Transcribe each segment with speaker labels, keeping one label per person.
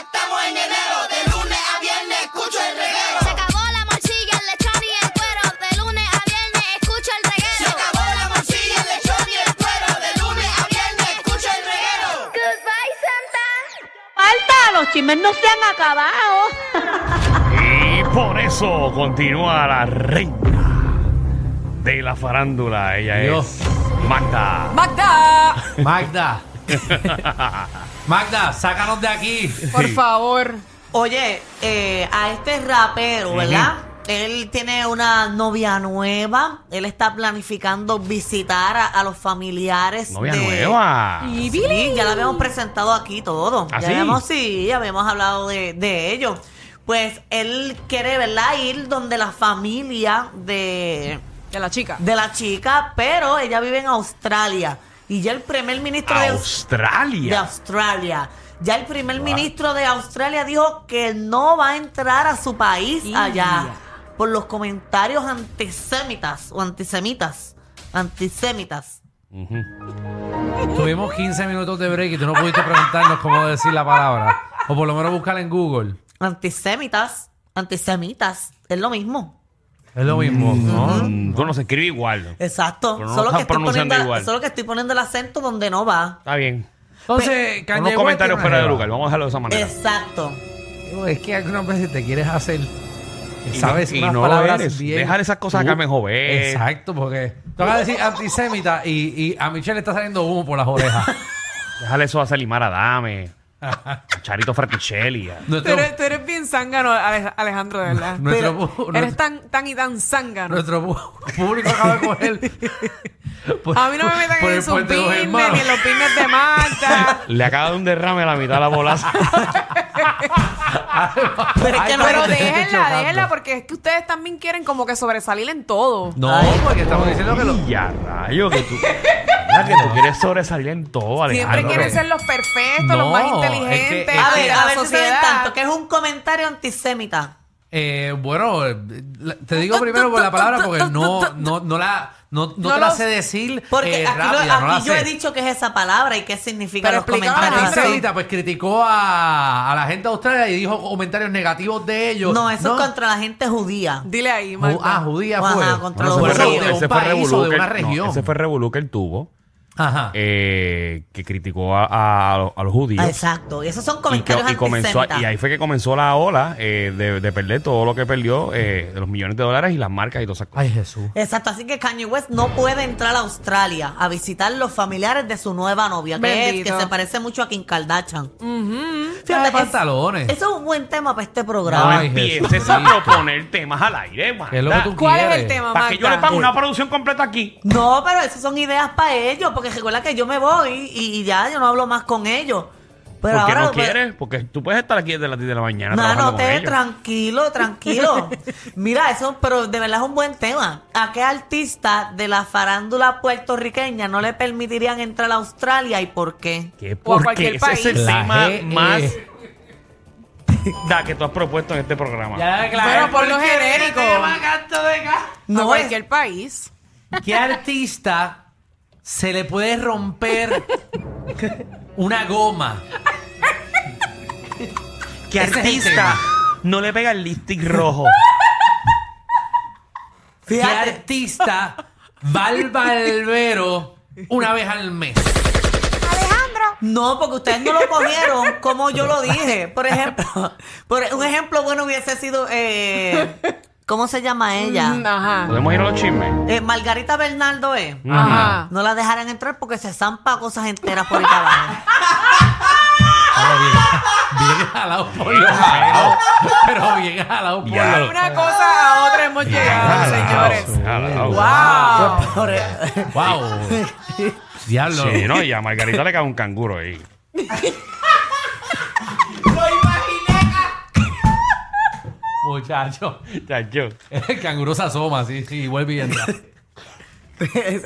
Speaker 1: estamos en enero. De lunes a viernes escucho el reguero.
Speaker 2: Se acabó la morcilla, el lechón y el cuero. De lunes a viernes escucha el
Speaker 1: Se
Speaker 2: reguero.
Speaker 1: acabó la morcilla, el lechón y el cuero. De lunes a viernes escucho el reguero.
Speaker 2: Goodbye, Santa.
Speaker 3: falta, los chismes no se han acabado.
Speaker 4: Y por eso continúa la reina de la farándula. Ella
Speaker 5: Dios.
Speaker 4: es Magda.
Speaker 5: Magda. Magda, sácanos de aquí.
Speaker 6: Por favor.
Speaker 7: Oye, eh, a este rapero, ¿verdad? Él tiene una novia nueva. Él está planificando visitar a, a los familiares.
Speaker 4: Novia
Speaker 7: de-
Speaker 4: nueva.
Speaker 6: Y
Speaker 7: Sí,
Speaker 6: Billy.
Speaker 7: ya la habíamos presentado aquí todo.
Speaker 4: ¿Ah,
Speaker 7: ya
Speaker 4: sí?
Speaker 7: habíamos, sí, ya habíamos hablado de, de ello. Pues él quiere, ¿verdad? Ir donde la familia de,
Speaker 6: De la chica.
Speaker 7: de la chica, pero ella vive en Australia. Y ya el primer ministro de Australia. de
Speaker 4: Australia.
Speaker 7: Australia. Ya el primer ministro de Australia dijo que no va a entrar a su país
Speaker 6: India.
Speaker 7: allá por los comentarios antisemitas o antisemitas. Antisemitas.
Speaker 5: Tuvimos 15 minutos de break y tú no pudiste preguntarnos cómo decir la palabra. O por lo menos buscarla en Google.
Speaker 7: Antisemitas. Antisemitas. Es lo mismo.
Speaker 5: Es lo mismo, ¿no?
Speaker 4: Mm, Bueno, se escribe igual.
Speaker 7: Exacto.
Speaker 4: Pero no
Speaker 7: solo,
Speaker 4: están
Speaker 7: que estoy
Speaker 4: pronunciando
Speaker 7: poniendo,
Speaker 4: igual.
Speaker 7: solo que estoy poniendo el acento donde no va.
Speaker 4: Está bien.
Speaker 5: Entonces, Kanye
Speaker 4: Unos
Speaker 5: West
Speaker 4: comentarios
Speaker 5: tiene una
Speaker 4: fuera de
Speaker 5: jeva.
Speaker 4: lugar. Vamos a dejarlo de esa manera.
Speaker 7: Exacto.
Speaker 5: Digo, Es que algunas veces te quieres hacer.
Speaker 4: Y no-
Speaker 5: sabes
Speaker 4: y
Speaker 5: unas
Speaker 4: no lo
Speaker 5: palabras
Speaker 4: eres.
Speaker 5: bien.
Speaker 4: Dejar esas cosas
Speaker 5: Tú-
Speaker 4: acá, mejor ver.
Speaker 5: Exacto, porque tú vas a decir antisemita y, y a Michelle le está saliendo humo por las orejas.
Speaker 4: Déjale eso a Selimar Adame. a Charito Fraticelli. a-
Speaker 6: Tú
Speaker 5: Nuestro,
Speaker 6: eres, tú eres bien zángano, Ale- Alejandro, de verdad.
Speaker 5: Nuestro-
Speaker 6: Pero
Speaker 5: nuestro-
Speaker 6: eres tan, tan y tan zángano.
Speaker 5: nuestro pu- público acaba de coger. por-
Speaker 6: A mí no me metan
Speaker 5: por
Speaker 6: en
Speaker 5: el
Speaker 6: sus
Speaker 5: puente de los
Speaker 6: pines,
Speaker 5: hermanos.
Speaker 6: ni en los pines de Marta.
Speaker 4: Le acaba de un derrame a la mitad de la bolaza.
Speaker 7: Pero es
Speaker 5: Ay,
Speaker 7: que no-
Speaker 6: Pero
Speaker 5: te estoy
Speaker 6: déjenla,
Speaker 5: chocando.
Speaker 6: déjenla, porque es que ustedes también quieren como que sobresalir en todo.
Speaker 5: No,
Speaker 7: Ay,
Speaker 5: porque estamos diciendo que lo.
Speaker 4: Y ya, rayo, que tú. Ya que tú quieres sobresalir en todo,
Speaker 6: Siempre
Speaker 4: Alejandro.
Speaker 6: quieren
Speaker 5: que-
Speaker 6: ser los perfectos, los
Speaker 5: No,
Speaker 6: más
Speaker 5: es que-
Speaker 6: inteligentes.
Speaker 5: es que-
Speaker 7: A
Speaker 6: de
Speaker 7: ver,
Speaker 6: la
Speaker 7: a ver si saben
Speaker 6: sociedad.
Speaker 7: tanto. Que es un comentario antisemita.
Speaker 5: Eh, bueno, eh, la- te digo primero por la palabra porque no, no, no la, no, no
Speaker 6: No
Speaker 5: te la
Speaker 6: lo-
Speaker 5: sé decir
Speaker 7: Porque
Speaker 5: eh,
Speaker 7: aquí, lo-
Speaker 5: rápida, no la
Speaker 7: aquí yo he
Speaker 5: sé.
Speaker 7: dicho que es esa palabra y qué significa
Speaker 6: Pero
Speaker 7: los
Speaker 6: explícalo,
Speaker 7: comentarios.
Speaker 6: Alejandro.
Speaker 7: así.
Speaker 5: Antisemita, pues criticó a, a la gente de Australia y dijo comentarios negativos de ellos.
Speaker 7: No, eso es contra la gente judía.
Speaker 6: Dile ahí,
Speaker 5: Ju-
Speaker 6: Marta.
Speaker 5: Ah, judía
Speaker 7: Ajá,
Speaker 5: fue.
Speaker 4: Bueno,
Speaker 7: contra los
Speaker 5: Bueno,
Speaker 4: ese fue
Speaker 7: judíos.
Speaker 4: Revolú-
Speaker 5: de un
Speaker 4: ese fue
Speaker 5: país o
Speaker 4: Revolú
Speaker 5: de
Speaker 4: que
Speaker 5: una
Speaker 4: el- no,
Speaker 5: región.
Speaker 4: ese fue Revolú que él tuvo.
Speaker 5: Ajá.
Speaker 4: eh, que criticó a, a- a los- a los judíos.
Speaker 7: Ah, Exacto. Y esos
Speaker 4: Y,
Speaker 7: son
Speaker 4: que-
Speaker 7: comentarios
Speaker 4: y comenzó a-
Speaker 7: antisemitas.
Speaker 4: y ahí fue que comenzó la ola eh, de, de perder todo lo que perdió, eh, de los millones de dólares y las marcas y todas esas cosas.
Speaker 5: Ay, Jesús.
Speaker 7: Exacto, así que Kanye West no puede entrar a Australia a visitar los familiares de su nueva novia, que, es,
Speaker 6: Bendito.
Speaker 7: que se parece mucho a Kim Kardashian.
Speaker 5: Ay,
Speaker 7: es-
Speaker 5: pantalones.
Speaker 7: Eso es un buen tema para este
Speaker 4: No
Speaker 7: programa.
Speaker 5: Ay,
Speaker 4: empieces a
Speaker 5: Jesucristo.
Speaker 4: proponer temas al aire, Magda.
Speaker 5: ¿Qué es lo que tú
Speaker 6: ¿Cuál es
Speaker 5: quieres?
Speaker 6: el tema,
Speaker 4: Para
Speaker 6: Marta?
Speaker 4: que yo le pague una producción completa aquí.
Speaker 7: No, pero esas son ideas para ellos, porque recuerda que yo me voy y, y ya yo no hablo más con ellos. Pero
Speaker 4: porque
Speaker 7: ahora pues,
Speaker 4: no quieres, porque tú puedes estar aquí desde las 10 de la mañana.
Speaker 7: No,
Speaker 4: trabajando
Speaker 7: no,
Speaker 4: con
Speaker 7: te
Speaker 4: ellos.
Speaker 7: tranquilo, tranquilo. Mira, eso, pero de verdad es un buen tema. ¿A qué artista de la farándula puertorriqueña no le permitirían entrar a Australia y por qué?
Speaker 4: ¿Qué?
Speaker 6: O a
Speaker 4: Porque
Speaker 6: cualquier
Speaker 4: ese es el
Speaker 5: país. La
Speaker 4: tema
Speaker 5: G,
Speaker 4: más
Speaker 5: eh.
Speaker 4: da que tú has propuesto en este programa.
Speaker 6: Bueno, por lo genérico. No,
Speaker 7: No,
Speaker 6: a
Speaker 7: es-
Speaker 6: cualquier país.
Speaker 5: ¿Qué artista se le puede romper una goma?
Speaker 4: ¿Qué
Speaker 5: Ese es el
Speaker 4: artista
Speaker 5: tema.
Speaker 4: no le pega el lipstick rojo?
Speaker 5: ¿Qué
Speaker 7: Fíjate.
Speaker 5: artista va al barbero una vez al mes?
Speaker 7: No, porque ustedes no lo cogieron como yo lo dije. Por ejemplo, por un ejemplo bueno hubiese sido, eh, ¿cómo se llama
Speaker 6: Mm,
Speaker 7: ella?
Speaker 6: Ajá.
Speaker 4: ¿Podemos ir a los chismes?
Speaker 7: Eh, Margarita Bernardo, ¿eh?
Speaker 6: Ajá.
Speaker 7: No la dejaran entrar porque se zampa cosas enteras por el abajo.
Speaker 5: jalado por los
Speaker 4: jalado.
Speaker 5: pelos, pero bien jalado por
Speaker 4: Ya.
Speaker 5: los
Speaker 6: Una cosa a otra hemos llegado, señores.
Speaker 4: Jalao.
Speaker 6: ¡Wow!
Speaker 5: Wow. Diablo.
Speaker 4: Sí, no, y a Margarita le cae un canguro ahí.
Speaker 5: Muchacho.
Speaker 4: Chacho.
Speaker 5: El canguro se asoma, sí, sí, y vuelve y entra.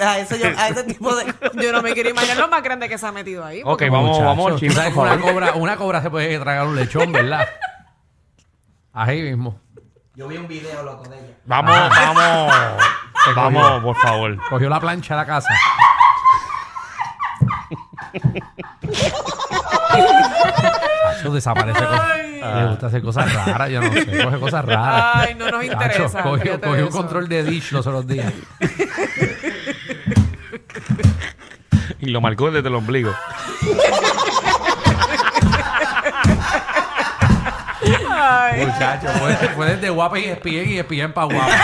Speaker 7: a, eso yo- a ese tipo de...
Speaker 6: Yo no me quiero imaginar lo más grande que se ha metido ahí.
Speaker 4: Ok,
Speaker 5: Oh,
Speaker 6: porque-
Speaker 4: vamos,
Speaker 5: Muchacho,
Speaker 4: vamos al
Speaker 5: tú
Speaker 4: chisme,
Speaker 5: sabes
Speaker 4: por
Speaker 5: que una
Speaker 4: favor.
Speaker 5: cobra, una cobra se puede tragar un lechón, ¿verdad? Ahí mismo.
Speaker 8: Yo vi un video, loco, de ella.
Speaker 4: Vamos, vamos.
Speaker 5: Te
Speaker 4: Vamos,
Speaker 5: cogió.
Speaker 4: por favor.
Speaker 5: Cogió la plancha de la casa. Chacho, desaparece. con- Le gusta hacer cosas raras, yo no sé. Coge cosas raras.
Speaker 6: Ay, no nos
Speaker 5: Chacho,
Speaker 6: interesa.
Speaker 5: cogió,
Speaker 6: fíjate de
Speaker 5: cogió
Speaker 6: eso.
Speaker 5: control de Dish los otros días.
Speaker 4: Y lo marcó desde el ombligo.
Speaker 6: Ay.
Speaker 5: Muchacho, fue, fue desde guapa y espien y espien para guapa.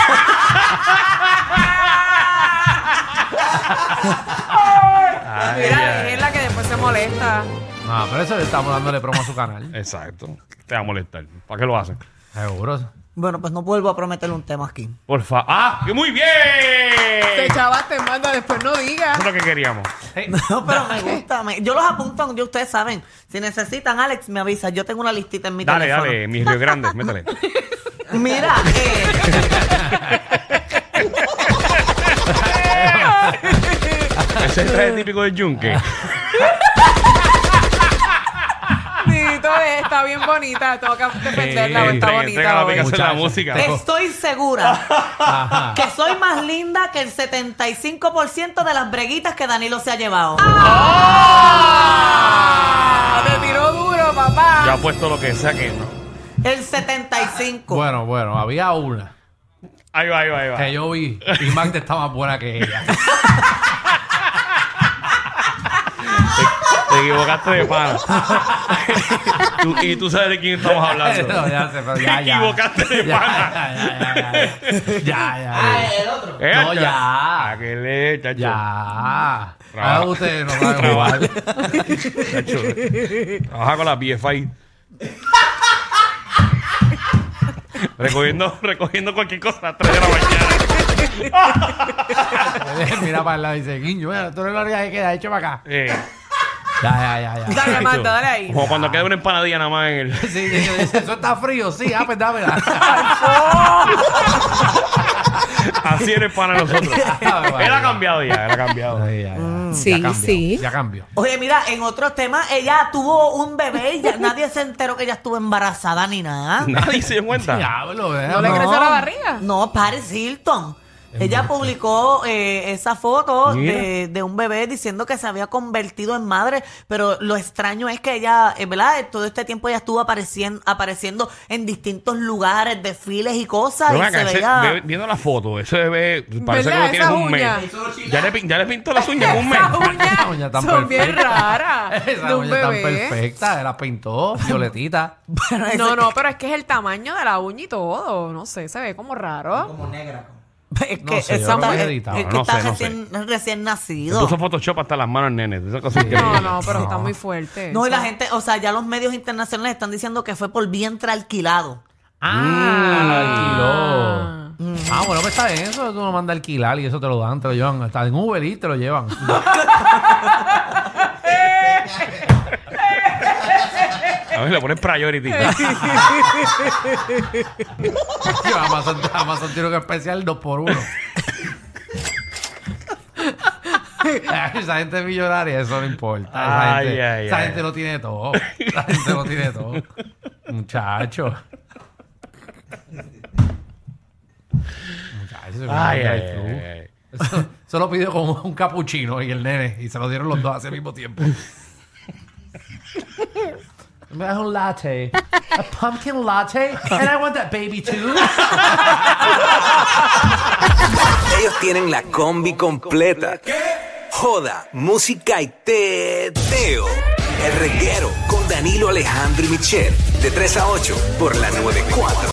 Speaker 4: Ay,
Speaker 6: Mira, eh.
Speaker 4: ay.
Speaker 6: es la que después se molesta.
Speaker 5: No, pero eso le estamos dándole promo a su canal.
Speaker 4: Exacto. Te va a molestar. ¿Para qué lo hacen?
Speaker 5: Seguro.
Speaker 7: Bueno, pues no vuelvo a prometerle un tema aquí.
Speaker 4: Por favor. ¡Ah! que ¡Muy bien!
Speaker 6: Te
Speaker 4: Eso
Speaker 6: chavas, te manda, después no digas.
Speaker 4: es lo que queríamos.
Speaker 7: No, pero me gusta. me- yo los apunto, yo ustedes saben. Si necesitan, Alex me avisa. Yo tengo una listita en mi
Speaker 4: Dale,
Speaker 7: teléfono.
Speaker 4: dale, mis Río Grandes, métale.
Speaker 7: Mira, eh,
Speaker 4: Ese es el traje típico del yunque.
Speaker 6: Tito, eh, está bien bonita. Tengo que defenderla,
Speaker 4: Eh,
Speaker 6: está
Speaker 4: entrega- entrega
Speaker 6: bonita hoy.
Speaker 4: la aplicación de la
Speaker 5: Muchacho.
Speaker 4: música.
Speaker 7: estoy segura
Speaker 5: Ajá.
Speaker 7: que soy más linda que el 75% de las breguitas que Danilo se ha llevado.
Speaker 6: Ah, Te tiró duro, papá.
Speaker 4: Yo apuesto lo que sea que no.
Speaker 7: El 75.
Speaker 5: Bueno, bueno, había una
Speaker 4: Ahí va, ahí va, ahí va.
Speaker 5: que yo vi y Magda estaba más buena que ella.
Speaker 4: Te equivocaste de pana. Tú- y tú sabes de quién estamos hablando.
Speaker 5: No, ya sé, pero
Speaker 4: Te
Speaker 5: ya, ya.
Speaker 4: equivocaste de
Speaker 5: Ya,
Speaker 4: pana.
Speaker 5: ya, ya, ya, ya. Ya, ya.
Speaker 8: El otro.
Speaker 4: Eh,
Speaker 5: No, ya.
Speaker 4: Ah, que le, chacho.
Speaker 5: Ya.
Speaker 4: Trabaja.
Speaker 5: Ahora ustedes no van a
Speaker 4: Trabaja.
Speaker 5: jugar.
Speaker 4: Chacho. Trabaja con la BFI. recogiendo, recogiendo cualquier cosa a las 3 de la mañana.
Speaker 5: Mira para el lado y dice, guiño, bueno, tú no lo harías que queda hecho para acá.
Speaker 4: Eh,
Speaker 5: Ya, ya, ya, ya.
Speaker 6: Dale, Marta, dale ahí.
Speaker 4: Como cuando queda una empanadilla nada más en el.
Speaker 5: Sí, sí, sí, eso está frío, sí, ah, pues dámela.
Speaker 4: Así eres pana de nosotros. él ha cambiado ya, él ha cambiado.
Speaker 5: Ay, ay, ay.
Speaker 6: Mm,
Speaker 3: sí,
Speaker 5: ya cambió,
Speaker 3: sí.
Speaker 5: Ya cambió.
Speaker 7: Oye, mira, en otros temas, ella tuvo un bebé y ya nadie se enteró que ella estuvo embarazada ni nada.
Speaker 4: Nadie se dio cuenta.
Speaker 5: Diablo, eh,
Speaker 6: ¿No le creció la barriga?
Speaker 7: No, Paris Hilton. Ella publicó eh, esa foto
Speaker 4: Mira.
Speaker 7: de, de un bebé diciendo que se había convertido en madre, pero lo extraño es que ella, eh, ¿verdad? Todo este tiempo ella estuvo apareciendo, apareciendo en distintos lugares, desfiles y cosas,
Speaker 4: Pero
Speaker 7: y
Speaker 4: ven acá,
Speaker 7: se
Speaker 4: ese-
Speaker 7: veía...
Speaker 4: ve- viendo la foto, ese bebé parece que
Speaker 6: ¿Verdad?
Speaker 4: lo tienes
Speaker 6: Esas
Speaker 4: un mes.
Speaker 6: uñas.
Speaker 4: Ya le, pin- ya le pintó las uñas un mes.
Speaker 6: Las uñas
Speaker 5: Esa uña tan
Speaker 6: son bien
Speaker 5: perfecta.
Speaker 6: raras.
Speaker 5: Esa
Speaker 6: De un
Speaker 5: uña tan
Speaker 6: bebé.
Speaker 5: perfecta, la pintó, violetita.
Speaker 6: No, no, pero es que es el tamaño de la uña y todo. No sé, se ve como raro.
Speaker 8: Como negra.
Speaker 7: Es que
Speaker 5: No sé, yo
Speaker 7: esa
Speaker 5: creo que
Speaker 7: mujer-
Speaker 5: es editado,
Speaker 7: es que
Speaker 4: no
Speaker 7: está
Speaker 4: sé, no
Speaker 7: recién, recién
Speaker 4: Le
Speaker 7: nacido.
Speaker 4: puso Photoshop hasta las manos, nene. Esa cosa
Speaker 6: No,
Speaker 4: increíble.
Speaker 6: no, pero está muy fuerte.
Speaker 7: No, y la
Speaker 6: eso.
Speaker 7: gente, o sea, ya los medios internacionales están diciendo que fue por vientre alquilado.
Speaker 6: Mm.
Speaker 5: Ah, la alquiló. Ah, bueno, pues está bien. Eso tú no mandas a alquilar y eso te lo dan, te lo llevan. Está en Uber y te lo llevan.
Speaker 4: A ver, le pones priority.
Speaker 5: Yo, Amazon, Amazon tiene un especial 2x1. Esa gente es millonaria, eso no importa. Esa,
Speaker 4: Ay,
Speaker 5: gente,
Speaker 4: ay,
Speaker 5: esa
Speaker 4: ay.
Speaker 5: gente lo tiene todo. Esa gente lo tiene todo. Muchacho. Muchacho,
Speaker 4: Ay, ay,
Speaker 5: eso es
Speaker 4: ay,
Speaker 5: un drive-thru.
Speaker 4: ay, ay.
Speaker 5: Eso, eso lo pidió como un capuchino y el nene. Y se lo dieron los dos hace el mismo tiempo. Me das un latte. A pumpkin latte. And I want that baby too.
Speaker 8: Ellos tienen la combi completa. Joda, música y teo. El reguero con Danilo Alejandro y Michel. De 3 a 8 por la 94.